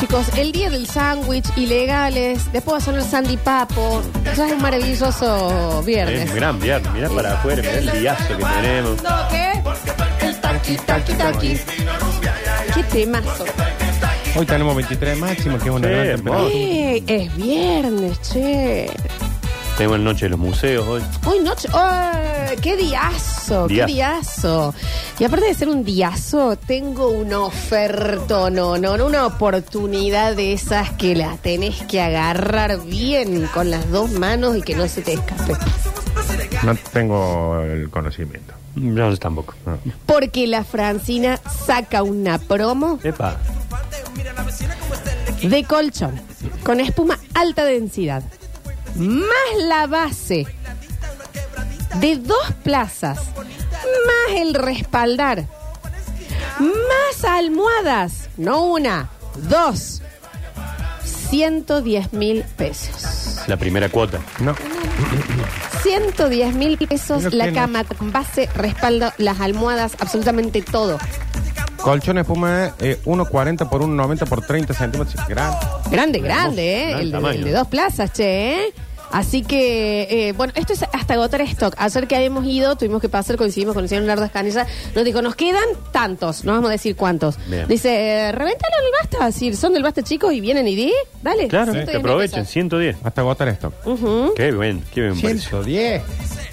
chicos, el día del sándwich, ilegales, después hacer el Sandy Papo. Ya es un maravilloso viernes. Es un gran viernes, mirá para afuera, mirá el diazo que tenemos. No, ¿qué? El taqui, taqui, taqui. Qué temazo. Hoy tenemos 23 máximos, que es una Sí, gran hermoso. temperatura. Ey, Eh, es viernes, che. Tenemos la noche de los museos hoy. Hoy noche. ¡ay! ¡Qué diazo! ¡Qué Día. diazo! Y aparte de ser un diazo, tengo un oferto, no, no, no, una oportunidad de esas que la tenés que agarrar bien con las dos manos y que no se te escape. No tengo el conocimiento. No, yo tampoco. no. Porque la Francina saca una promo Epa, de colchón con espuma alta densidad, más la base de dos plazas, más el respaldar, más almohadas, no una, dos, 110 mil pesos. la primera cuota. No, 110 mil pesos Pero la qué no. cama con base, respaldo, las almohadas, absolutamente todo. colchón espuma eh, 1,40 por 1,90 por 30 centímetros. Gran. Grande, grande, ¿eh? gran El, de- tamaño. el de dos plazas, che, ¿eh? Así que, eh, bueno, esto es hasta agotar stock. Ayer que habíamos ido, tuvimos que pasar, coincidimos con el señor Leonardo Escanilla, nos dijo, nos quedan tantos, no vamos a decir cuántos. Bien. Dice, eh, reventalo en el basta, si son del basta chicos y vienen y di, dale. Claro, Sí. que aprovechen, 110. Hasta agotar esto. Ujú. Qué bien, qué bien precio. 110.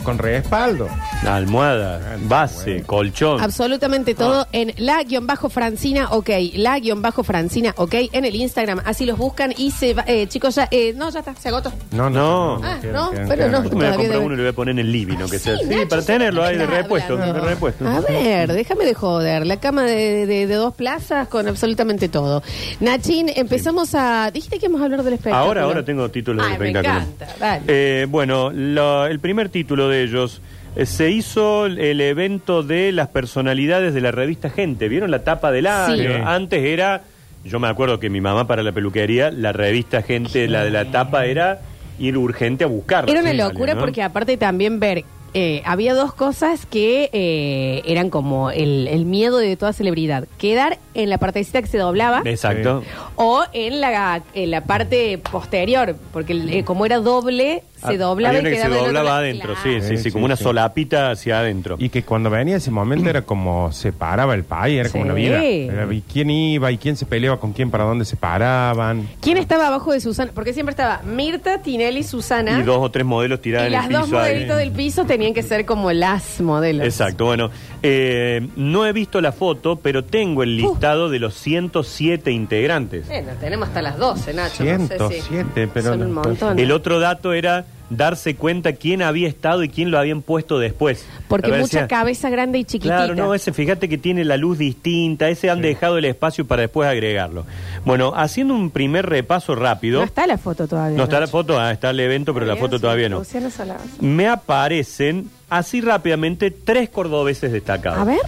Con respaldo. La almohada, base, colchón. Absolutamente Ah. todo en la-francina, ok. La-francina, ok. En el Instagram, así los buscan y se va. eh, chicos, ya, eh, no, ya está, se agotó. No. No, no. Ah, quedan, no, quedan, pero quedan no. ahí. Yo me voy a todavía comprar debe- uno y lo voy a poner en el living, aunque sea. Sí, Sí, Nacho, para tenerlo ahí de está repuesto, de hablando. repuesto. A ver, déjame de joder. La cama de, de- de dos plazas con absolutamente todo. Nachin, empezamos a. Dijiste que íbamos a hablar del espectáculo. Ahora, ahora tengo títulos Ay, de me espectáculo. encanta, dale. Eh, bueno, la- el primer título de ellos eh, se hizo el evento de las personalidades de la revista Gente. ¿Vieron la tapa del año? Sí. Antes era, yo me acuerdo que mi mamá para la peluquería, la revista Gente, la de la tapa era ir urgente a buscarla. Era una Sí, locura ¿no? porque, aparte, también ver. eh, había dos cosas que eh, eran como el, el miedo de toda celebridad: quedar en la partecita que se doblaba. Exacto. O en la, en la parte posterior, porque eh, como era doble, se Ah, doblaba y había una que se quedaba del otro doblaba lado. adentro, Claro. sí, sí, sí, Sí, como sí, una sí. solapita hacia adentro. Y que cuando venía ese momento era como se paraba el país, era como Sí. una vida. Era, y quién iba y quién se peleaba con quién, para dónde se paraban. ¿Quién estaba abajo de Susana? Porque siempre estaba Mirta, Tinelli, Susana. Y dos o tres modelos tirados Y en el las dos piso ahí. modelitos del piso tenían que ser como las modelos. Exacto, bueno, eh, no he visto la foto, pero tengo Uh. el Eh, listado de los 107 integrantes. Bueno, tenemos hasta las 12, Nacho. no sé si- 107, pero Son un no- montón. El otro dato era darse cuenta quién había estado y quién lo habían puesto después. Porque A ver, mucha decía, cabeza grande y chiquitita. Claro, no, ese fíjate que tiene la luz distinta, ese han dejado el espacio para después agregarlo. Bueno, haciendo un primer repaso rápido. No está la foto todavía. No está la Nacho. foto, ah, está el evento, pero la foto todavía no. Luciana Salazar. Me aparecen así rápidamente tres cordobeses destacados. A ver.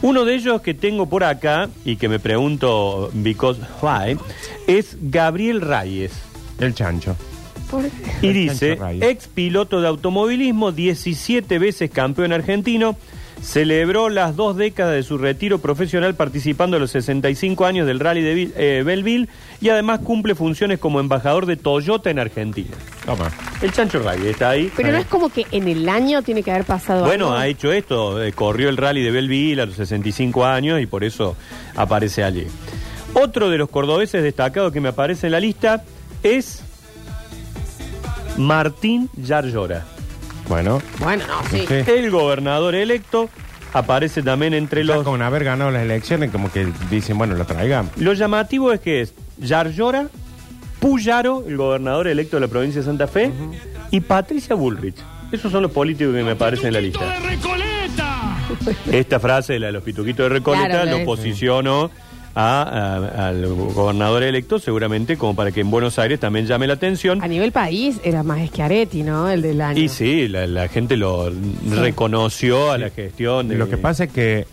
Uno de ellos que tengo por acá y que me pregunto because why es Gabriel Reyes. El chancho. por- Y El dice, Chancho Reyes. ex piloto de automovilismo, 17 veces campeón argentino, celebró las dos décadas de su retiro profesional participando a los 65 años del rally de Vil- eh, Belleville y además cumple funciones como embajador de Toyota en Argentina. Toma. El Chancho Reyes está ahí. Pero no es como que en el año tiene que haber pasado Bueno, algo. ha hecho esto, eh, corrió el rally de Belleville a los 65 años y por eso aparece allí. Otro de los cordobeses destacados que me aparece en la lista es Martín Yarlora. Bueno. Bueno, no, sí. Sí. El gobernador electo aparece también entre Ya los... Con haber ganado las elecciones, como que dicen, bueno, lo traigan. Lo llamativo es que es Yarlora, Puyaro, el gobernador electo de la provincia de Santa Fe, y Patricia Bullrich. Esos son los políticos que me aparecen en la lista. de Recoleta! Esta frase, la de los pituquitos de Recoleta, Claro, lo ¿ves? posicionó a- a- al gobernador electo, seguramente, como para que en Buenos Aires también llame la atención. A nivel país era más Schiaretti, ¿no? El del año. Y sí, la, la gente lo reconoció a la gestión. de- Lo que pasa es que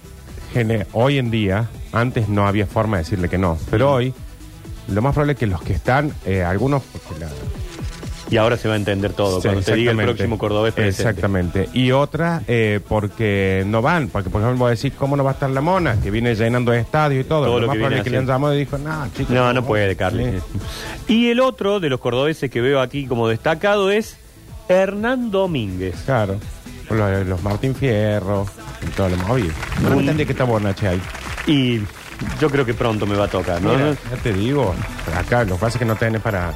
gene- hoy en día, antes no había forma de decirle que no, pero hoy lo más probable es que los que están, eh, algunos, porque la- Y ahora se va a entender todo Sí, cuando te diga el exactamente. próximo cordobés presente. Exactamente. Y otras eh, porque no van. Porque, por ejemplo, voy a decir, ¿cómo no va a estar la mona? Que viene llenando estadios y todo. Todo lo más que probable viene es que le han haciendo. llamado y dijo, no, chicos. No, no puede, Carly. Sí. Y el otro de los cordobeses que veo aquí como destacado es Hernán Domínguez. Claro. Los, los Martín Fierro y todo lo movido. No Un- me entendí que está Bonache ahí. Y yo creo que pronto me va a tocar, ¿no? Mira, ya te digo. Acá lo que pasa es que no tenés para.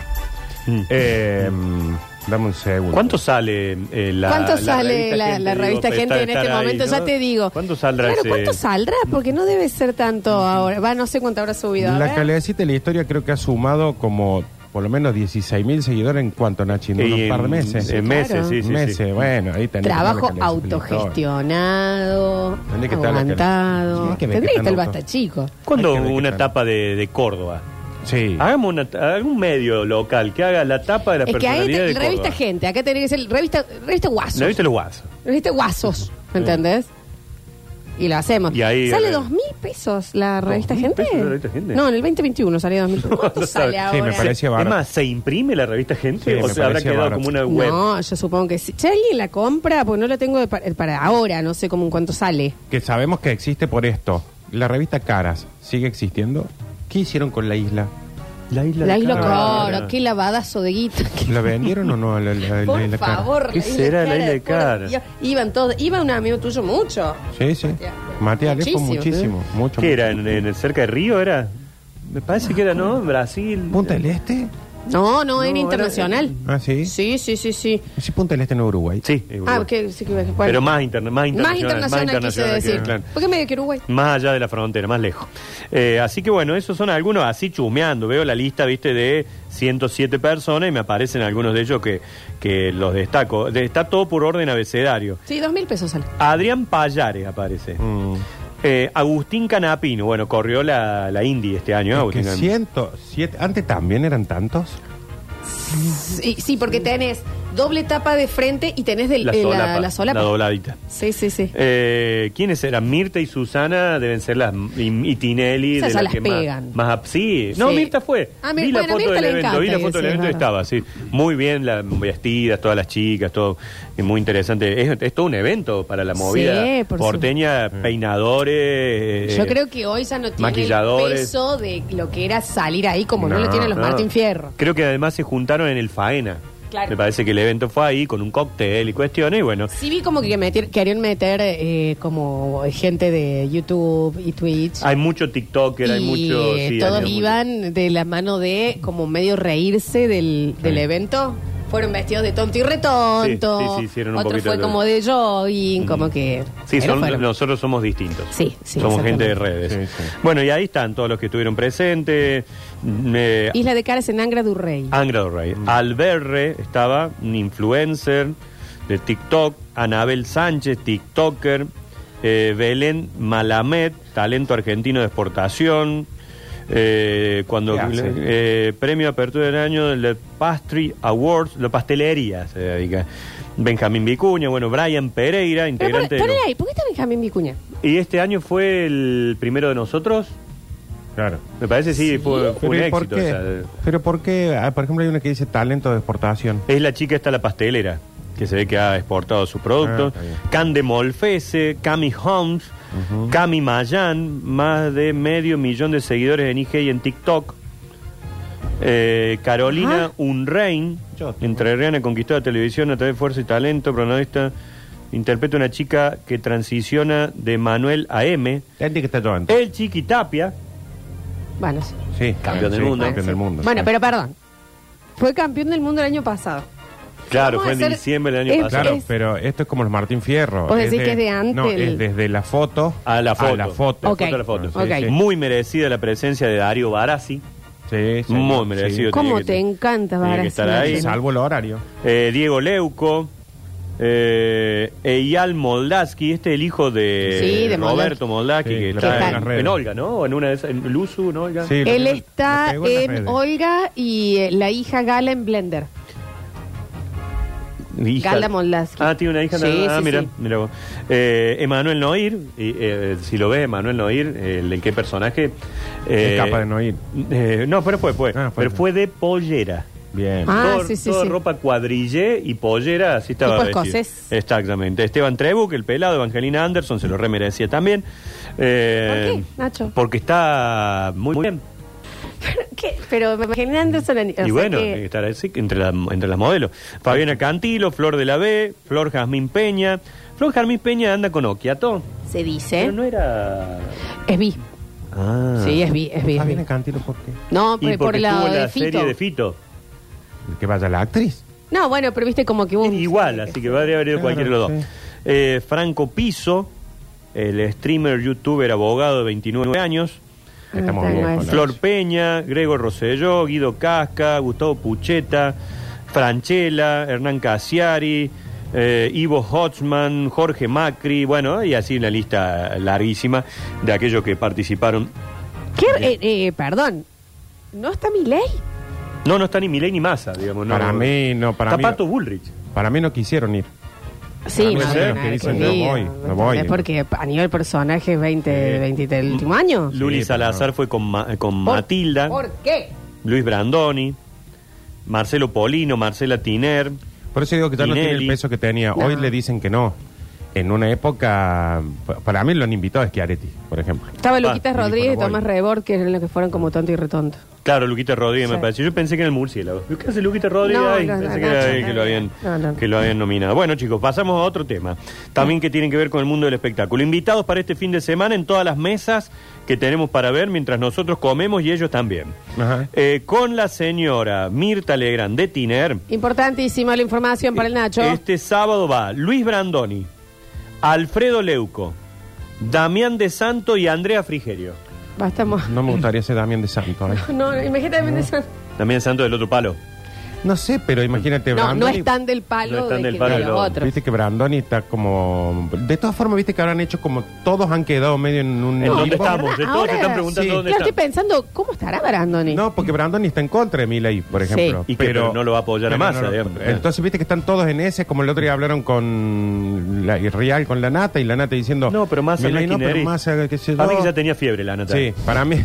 Mm. Eh, mm, dame un segundo. ¿Cuánto sale eh, la ¿Cuánto la sale la, la Digo, revista para Gente estar- en este estar ahí, momento? ¿no? Ya te digo. ¿Cuánto saldrá Claro, ese- Mm. ¿cuánto saldrá? Porque no debe ser tanto ahora. Va, no sé cuánto habrá subido. A La ver. calecita de la historia creo que ha sumado como por lo menos 16 mil seguidores en cuanto, Nachi, en Y unos par de en- meses. En meses, Claro. sí, sí, sí. meses, bueno, ahí tenés. Trabajo que estar la Calecita de la historia. autogestionado, Tendría que estar la aguantado. Calecita. Sí, que me Tendría que estar quitan el auto. basta chico. ¿Cuándo Hay que ver qué una tal. tapa de, de Córdoba? Sí. Hagamos una, algún medio local que haga la tapa de la Es que ahí personalidad te- de revista Córdoba. gente, acá tiene que ser revista, revista guasos. ¿No viste los guasos? Revista guasos, ¿me entendés? Y lo hacemos. Y ahí- eh, ¿Sale dos mil pesos la revista mil gente? pesos la revista Gente? No, en el 2021 salió dos mil. ¿Cuánto sale no sabe. ahora? Sí, me parece Es barato. más, ¿se imprime la revista Sí, Gente? o me sea, habrá parecía quedado barato. como una web. No, yo supongo que sí. Si alguien la compra, pues no la tengo de pa- para, ahora, no sé cómo en cuánto sale. Que sabemos que existe por esto. La revista Caras sigue existiendo. ¿Qué hicieron con la isla? La isla, Ah, La isla Cara. Coro, qué lavadazo de guita. ¿La vendieron o no? La, la- la Por isla Caras? favor, ¿Qué la isla será la Cara, isla de por Cara? Dios. Iban todos, iba un amigo tuyo mucho. Sí, sí. Matías Alepo, muchísimo. Mucho. ¿Qué era? ¿En, en- cerca de Río era? Me parece que era, ¿no? En Brasil. ¿Punta del Este? No, no, era No, internacional. Ah, sí. Sí, Sí, sí, sí, sí. Punta del Este en Uruguay. Sí. Ah, Uruguay. que sí que bueno. Pero más, interna- más Más internacional. internacional, quise internacional decir. que- claro. Porque medio que Uruguay. Más allá de la frontera, más lejos. Eh, así que bueno, esos son algunos así chumeando. Veo la lista, viste, de 107 personas y me aparecen algunos de ellos que, que los destaco. De- Está todo por orden abecedario. Sí, dos mil pesos sale. Adrián Payares aparece. Mm. Eh, Agustín Canapino, bueno, corrió la, la Indy este año. Es Agustín que Canapino. 107. Antes también eran tantos. Sí, sí, porque tenés doble tapa de frente y tenés del- la, eh, solapa, la, la solapa. la dobladita. Sí, sí, sí. Eh, ¿Quiénes eran? Mirta y Susana deben ser las y, y Tinelli Esas de ya las las que más- pegan. más, ap- sí. No, Sí. Mirta fue. Ah, Mir- vi la bueno, foto Mirta del le evento, vi la encanta foto del ese, evento y es verdad. estaba, sí. Muy bien las vestidas, todas las chicas, todo y muy interesante. Es, es todo un evento para la movida Sí, por porteña, peinadores. Yo eh, creo que hoy ya no tiene el maquilladores. peso de lo que era salir ahí como no, No, lo tienen los no. Martín Fierro. Creo que además se juntaron en el Faena. Claro. Me parece que el evento fue ahí con un cóctel y cuestiones y bueno. Sí vi como que meter- querían meter eh, como gente de YouTube y Twitch. Hay mucho TikToker, hay y mucho. sí, hay todos mucho. iban de la mano de como medio reírse del, del Sí. evento. Fueron vestidos de tonto y retonto. Sí, sí, sí, hicieron un Otro poquito fue de- Mm. como de jogging, como que... Sí, pero son- fueron. nosotros somos distintos. Sí, sí, Somos gente de exactamente. redes. Sí, sí. Bueno, y ahí están todos los que estuvieron presentes. Mm, eh, Isla de Caras en Angra Durrey. Angra do Rey. Mm. Alberre estaba, un influencer de TikTok. Anabel Sánchez, TikToker. Eh, Belén Malamet, talento argentino de exportación. Eh, cuando ¿Qué hace? eh, premio apertura del año del Pastry Awards, la pastelería se dedica. Benjamín Vicuña, bueno, Brian Pereira, Pero pon- integrante de los- ponle ahí, ¿por qué está Benjamín Vicuña? ¿Y este año fue el primero de nosotros? Claro. Me parece sí, fue, fue un ¿y éxito. ¿por qué? o sea, Pero ¿por qué? Ah, por ejemplo, hay una que dice talento de exportación. es la chica esta la pastelera, que se ve que ha exportado su Ah, producto. está bien. Cande Molfese, Cami Holmes, Cami Mayan, más de medio millón de seguidores en IG y en TikTok. Eh, Carolina Ajá. Unrein, Yo tengo. entrerriana conquistadora de televisión a través de fuerza y talento, protagonista, interpreta una chica que transiciona de Manuel a M. Gente que está llorando. El Chiqui Tapia, Bueno, sí. Sí. Campeón del mundo. Campeón del mundo. Bueno, sí. pero perdón. Fue campeón del mundo el año pasado. Claro, Vamos fue a en hacer- diciembre del año es- pasado. Claro, es- pero esto es como los Martín Fierro. Vos decís que es de antes No, el- es desde la foto A la foto. A la foto. Ok. a la foto. Ok. Sí, sí. Muy merecida la presencia de Darío Barassi. Sí, sí. Muy merecido. ¿Cómo que- te encanta, tenía que Varas? estar ahí. Sí. Salvo el horario. Eh, Diego Leuco. Eh, Eyal Moldaski, este es el hijo de, Sí, de Roberto Moldaski, Sí, que lo pegó está en las en, redes. en Olga, ¿no? En una de esas, en Luzu, en Olga. Sí, lo Él que- está lo pegó en las en, redes. Olga y eh, la hija Gala en Blender. Hija- Galda Moldaski. Ah, tiene una hija. Sí, ah, sí, mira, sí. mira vos. Eh, Emanuel Noir, y, eh, si lo ves, Emanuel Noir, el de qué personaje. Es capaz de no ir. Eh, no, pero fue, fue. Ah, fue. pero fue de pollera. Bien. Ah, todo, sí, sí, todo sí. ropa cuadrille y pollera, así estaba Tipo vestido. escocés. Exactamente. Esteban Trebuch, el pelado, Evangelina Anderson, se lo remerecía también. Eh, ¿Por qué, Nacho? Porque está muy bien. ¿Qué? Pero me imaginé Anderson. o sea y bueno, eh, que- tiene que estar así, que entre, la- entre las modelos. Fabiana Cantilo, Flor de la B, Flor Jazmín Peña. Flor Jazmín Peña anda con Okiato. se dice. Pero no era... Es bi. Ah. Sí, es bi, es bi. es Ah, bi. viene Cantilo, ¿por qué? No, pues, Y por, por porque el lado tuvo la de Fito. serie de Fito. ¿Que vaya la actriz? No, bueno, pero viste como que hubo Es un- Igual, así que podría haber ido Claro, cualquiera de los dos. sí. Eh, Franco Piso, el streamer, youtuber, abogado de 29 años. Estamos está bien bien. con la- Flor Peña, Gregor Rosselló, Guido Casca, Gustavo Pucheta, Franchella, Hernán Casiari, eh, Ivo Hotzman, Jorge Macri, bueno, y así una lista larguísima de aquellos que participaron. ¿Qué? Eh, eh, perdón. ¿No está mi ley? No, no está ni Milei ni Massa, digamos. no. Para mí, no, para Está mí. Pato Bullrich. Para mí no quisieron ir. Sí, mí es de los nada que dicen, que Ah, no diga, voy, ¿me no voy. entendés? Porque a nivel personaje es 20, Eh, 20 del último año. Luli pero Salazar no. fue con, Ma- con ¿Por- Matilda, ¿Por qué? Luis Brandoni, Marcelo Polino, Marcela Tiner. Por eso digo que ya no tiene Tinelli. el peso que tenía. Hoy No. le dicen que no. En una época, pa- para mí lo han invitado a Schiaretti, por ejemplo. Estaba Ah, Luquitas Nicolás Rodríguez y Boy. Tomás Rebor, que eran los que fueron como tonto y retonto. Claro, Luquita Rodríguez me Sí. parece. Yo pensé que era el murciélago. ¿Qué hace Luquita Rodríguez? No, Ay, no, no, pensé que, no, era no, él no, que lo no. habían, No, no. que lo habían nominado. Bueno, chicos, pasamos a otro tema. También que tiene que ver con el mundo del espectáculo. Invitados para este fin de semana en todas las mesas que tenemos para ver mientras nosotros comemos y ellos también. Ajá. Eh, con la señora Mirta Legrand de Tiner. Importantísima la información para el Nacho. Este sábado va Luis Brandoni, Alfredo Leuco, Damián de Santo y Andrea Frigerio. Bastamos. No me gustaría ser Damián de Santo. ¿eh? No, imagínate también eso. Damián de Santo del otro palo. No sé, pero imagínate. No, no Brandoni- están del palo No están de del que palo de del los otro. otros. Viste que Brandoni está como. De todas formas, viste que habrán hecho como. Todos han quedado medio en un. ¿En dónde limbo. estamos? ¿verdad? Todos se Ahora- están preguntando Sí. dónde Claro, estoy estamos. pensando, ¿cómo estará Brandoni? No, porque Brandoni está en contra de Milei, por Sí. ejemplo. Y que- pero no lo va a apoyar a pero Massa, lo- digamos. entonces, viste que están todos en ese, como el otro día hablaron con la, y Rial, con la Nata, y la Nata diciendo... No, pero más Milei no, no, pero Massa, qué sé yo. Para mí que ya tenía fiebre la nata. Sí, para mí,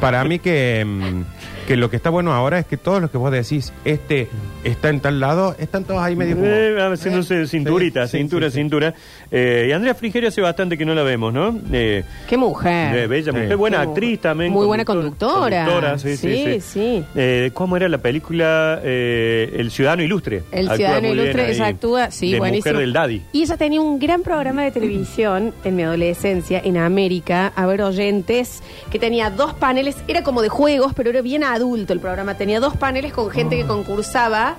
para mí que, mm, que lo que está bueno ahora es que todos los que vos decís, este está en tal lado, están todos ahí medio... como- Eh, haciéndose Eh, cinturita, sí, sí, cintura, sí, sí. cintura. Eh, y Andrea Frigerio hace bastante que no la vemos, ¿no? Eh, Qué mujer. eh, bella Sí. mujer, buena Qué mu- actriz también. Muy buena conductora. sí, sí, Sí, sí. sí. Eh, ¿Cómo era la película eh, El Ciudadano Ilustre? El Actúa ciudadano muy bien ilustre, ahí. ella actúa, sí, de buenísimo. Mujer del Daddy. Y ella tenía un gran programa de televisión en mi adolescencia, en América, a ver oyentes, que tenía dos paneles, era como de juegos, pero era bien adulto el programa. Tenía dos paneles con gente Ah. que concursaba.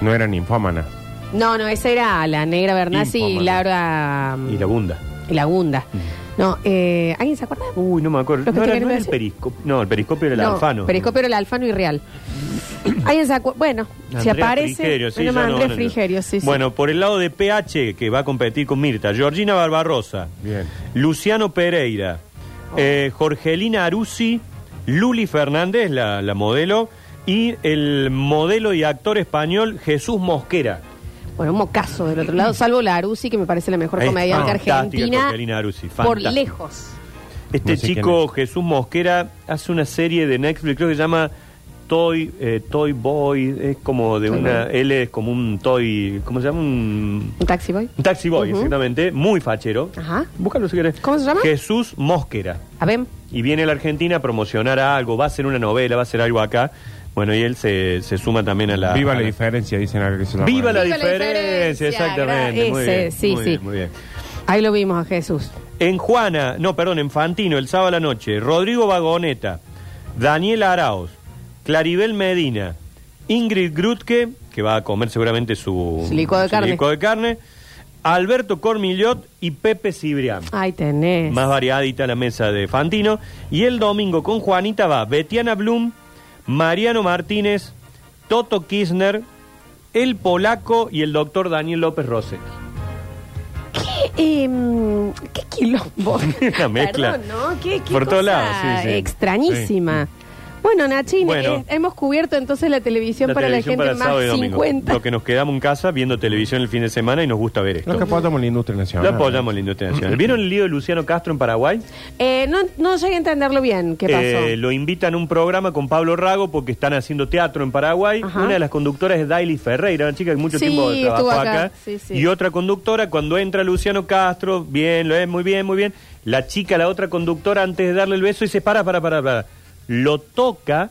No eran infómanas. No, no, esa era la negra Bernasi y Infómana. Laura. Y Mm. la bunda. y la Gunda. No, eh, ¿alguien se acuerda? Uy, no me acuerdo. ¿Lo que No, te era, querés no era el decir? periscopio. No, el periscopio era el no, alfano. Periscopio era el Alfano y Real. ¿Alguien se acuerda? Bueno, si Andrea aparece. Frigerio, sí, bueno, ya no, Andrés no, no. Frigerio, sí, sí. Bueno, por el lado de PH, que va a competir con Mirta, Georgina Barbarosa, Bien. Luciano Pereira, Oh. eh, Jorgelina Arusi, Luli Fernández, la, la modelo, y el modelo y actor español Jesús Mosquera. Bueno, un mocazo del otro lado, salvo la Arusi, que me parece la mejor Ahí comediante está. Fantástica argentina. Cordelina Arusi, por fantástica. lejos. Este No sé chico quién Jesús Mosquera hace una serie de Netflix, creo que se llama Toy, eh, Toy Boy, es como de Toy una, él es como un toy, ¿cómo se llama? Un ¿Un taxi boy? Un taxi boy, Ujú. exactamente, muy fachero. Ajá. Búscalo si querés. ¿Cómo se llama? Jesús Mosquera. A ver. Y viene a la Argentina a promocionar algo, va a ser una novela, va a ser algo acá. Bueno, y él se, se suma también a la... Viva a la la- diferencia, dicen algo que se llama. Viva la Viva la diferencia, diferencia, exactamente. muy ese, bien, sí, muy sí. bien, muy bien. Ahí lo vimos a Jesús. En Juana, no, perdón, en Fantino, el sábado a la noche, Rodrigo Vagoneta, Daniel Arauz, Claribel Medina, Ingrid Grutke, que va a comer seguramente su, Su licuado de carne. licuado de carne, Alberto Cormillot y Pepe Cibrián. Ahí tenés. Más variadita la mesa de Fantino. Y el domingo con Juanita va Betiana Blum, Mariano Martínez, Toto Kirchner, el polaco y el doctor Daniel López Rose. Eh, mm, ¿Qué quilombo? Una mezcla. Perdón, ¿no? Qué, qué Por cosa todos lados, sí, sí. extrañísima. Bueno, Nachín, Bueno. eh, hemos cubierto entonces la televisión para televisión la para gente sábado y más domingo. 50. Lo que nos quedamos en casa viendo televisión el fin de semana y nos gusta ver esto. Lo que apoyamos la industria Lo nacional. apoyamos la industria nacional. ¿Vieron el lío de Luciano Castro en Paraguay? Eh, no, no llegué a entenderlo bien. ¿Qué pasó? Eh, lo invitan a un programa con Pablo Rago porque están haciendo teatro en Paraguay. Ajá. Una de las conductoras es Daily Ferreira, una chica que mucho Sí, tiempo trabajó estuvo acá. acá. Sí, sí. Y otra conductora, cuando entra Luciano Castro, bien, lo es, muy bien, muy bien. La chica, la otra conductora, antes de darle el beso, dice, para, para, para, para. Lo toca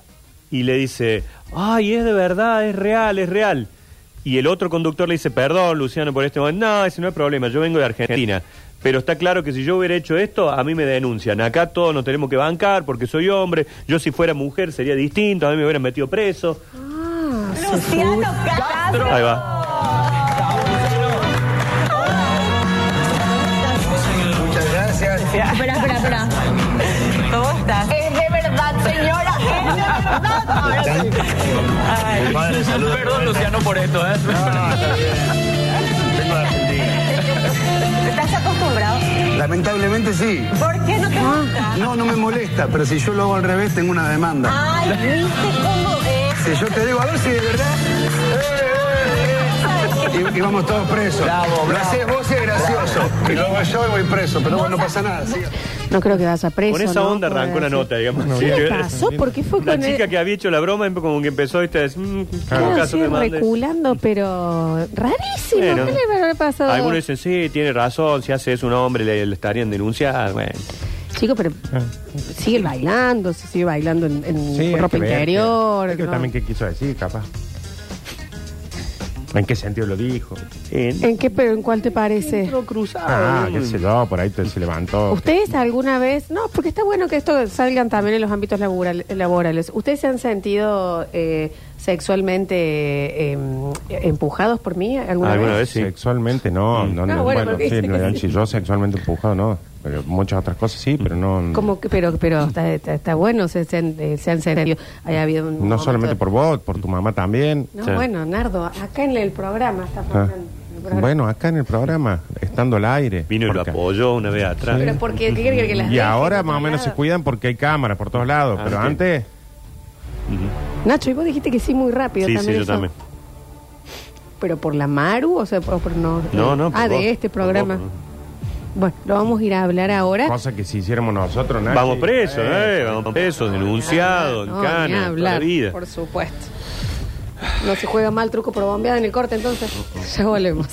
y le dice, ay, es de verdad, es real, es real. Y el otro conductor le dice, perdón, Luciano, por este momento. No, ese no es problema, yo vengo de Argentina. Pero está claro que si yo hubiera hecho esto, a mí me denuncian. Acá todos nos tenemos que bancar porque soy hombre. Yo si fuera mujer sería distinto, a mí me hubieran metido preso. Luciano Castro. Ahí va. Muchas gracias. Espera, espera, espera. ¿Cómo estás? Es Eh, de verdad, señora. Es de verdad. Padre, saludos. Perdón, Luciano, por esto, ¿eh? Ah, está bien. Vengo de Argentina. ¿Estás acostumbrado? Lamentablemente sí. ¿Por qué no te gusta? No, no me molesta, pero si yo lo hago al revés, tengo una demanda. Ay, ¿viste cómo es? Si yo te digo, a ver si de verdad. eh, eh, eh, Y, y vamos todos presos. Bravo, Lo bravo. haces vos y es gracioso. Y lo hago yo y voy preso, pero bueno, no pasa nada. sí. No creo que vaya preso. Con esa ¿no? onda arrancó Puede una ser. nota, digamos. No, Sí, ¿Qué que- le pasó? ¿Por qué fue La con chica él? que había hecho la broma como que empezó este es, mm, ¿cómo Claro, caso sí, me mandes? reculando, pero rarísimo. Bueno. ¿Qué le habrá pasado? Algunos dicen, sí, tiene razón, si hace eso un hombre le, le estarían denunciando. Bueno. Chico, pero sigue bailando, se sigue bailando en, en Ah. Sí, hay ropa que ver, interior. hay que ver ¿no? También qué quiso decir, capaz. ¿En qué sentido lo dijo? ¿En qué, pero en cuál te parece? cruzado. Ah, digamos. qué sé yo, por ahí te- se levantó. ¿Ustedes alguna vez, no, porque está bueno que esto salgan también en los ámbitos laboral- laborales, ¿ustedes se han sentido eh, sexualmente eh, empujados por mí alguna, ¿Alguna vez? vez? sí. Mm. Sexualmente no, No, no, no, Ah, bueno, bueno, porque sí, dice no, que sí. si yo sexualmente empujado no, pero muchas otras cosas sí, pero no Mm. Como que, pero pero está, está- está bueno, se, se han, eh, se han serio. Haya habido un no momento- solamente por vos, por tu mamá también. No, Sí. bueno, Nardo, acá en el programa está Ah. pasando. en el programa. Bueno, acá en el programa, estando al aire. Vino y lo porque- apoyó una vez atrás. Pero porque ¿qué quiere que las Y deje ahora por más o otro menos se lado? cuidan porque hay cámaras por todos lados, Ah, pero sí. antes Nacho, y vos dijiste que sí muy rápido Sí, sí, también. yo eso. también. ¿Pero por la Maru o sea, o por no? No, no, por Ah, vos, de este por programa. vos, Bueno, lo vamos a ir a hablar ahora. cosa que si hiciéramos nosotros, Nachi, Vamos presos, eh, eh, vamos presos, denunciados, en Ah, No, ni cana, toda la hablar, vida. Uh-uh. Por supuesto. No se juega mal truco por bombeada en el corte, entonces. Ya volvemos.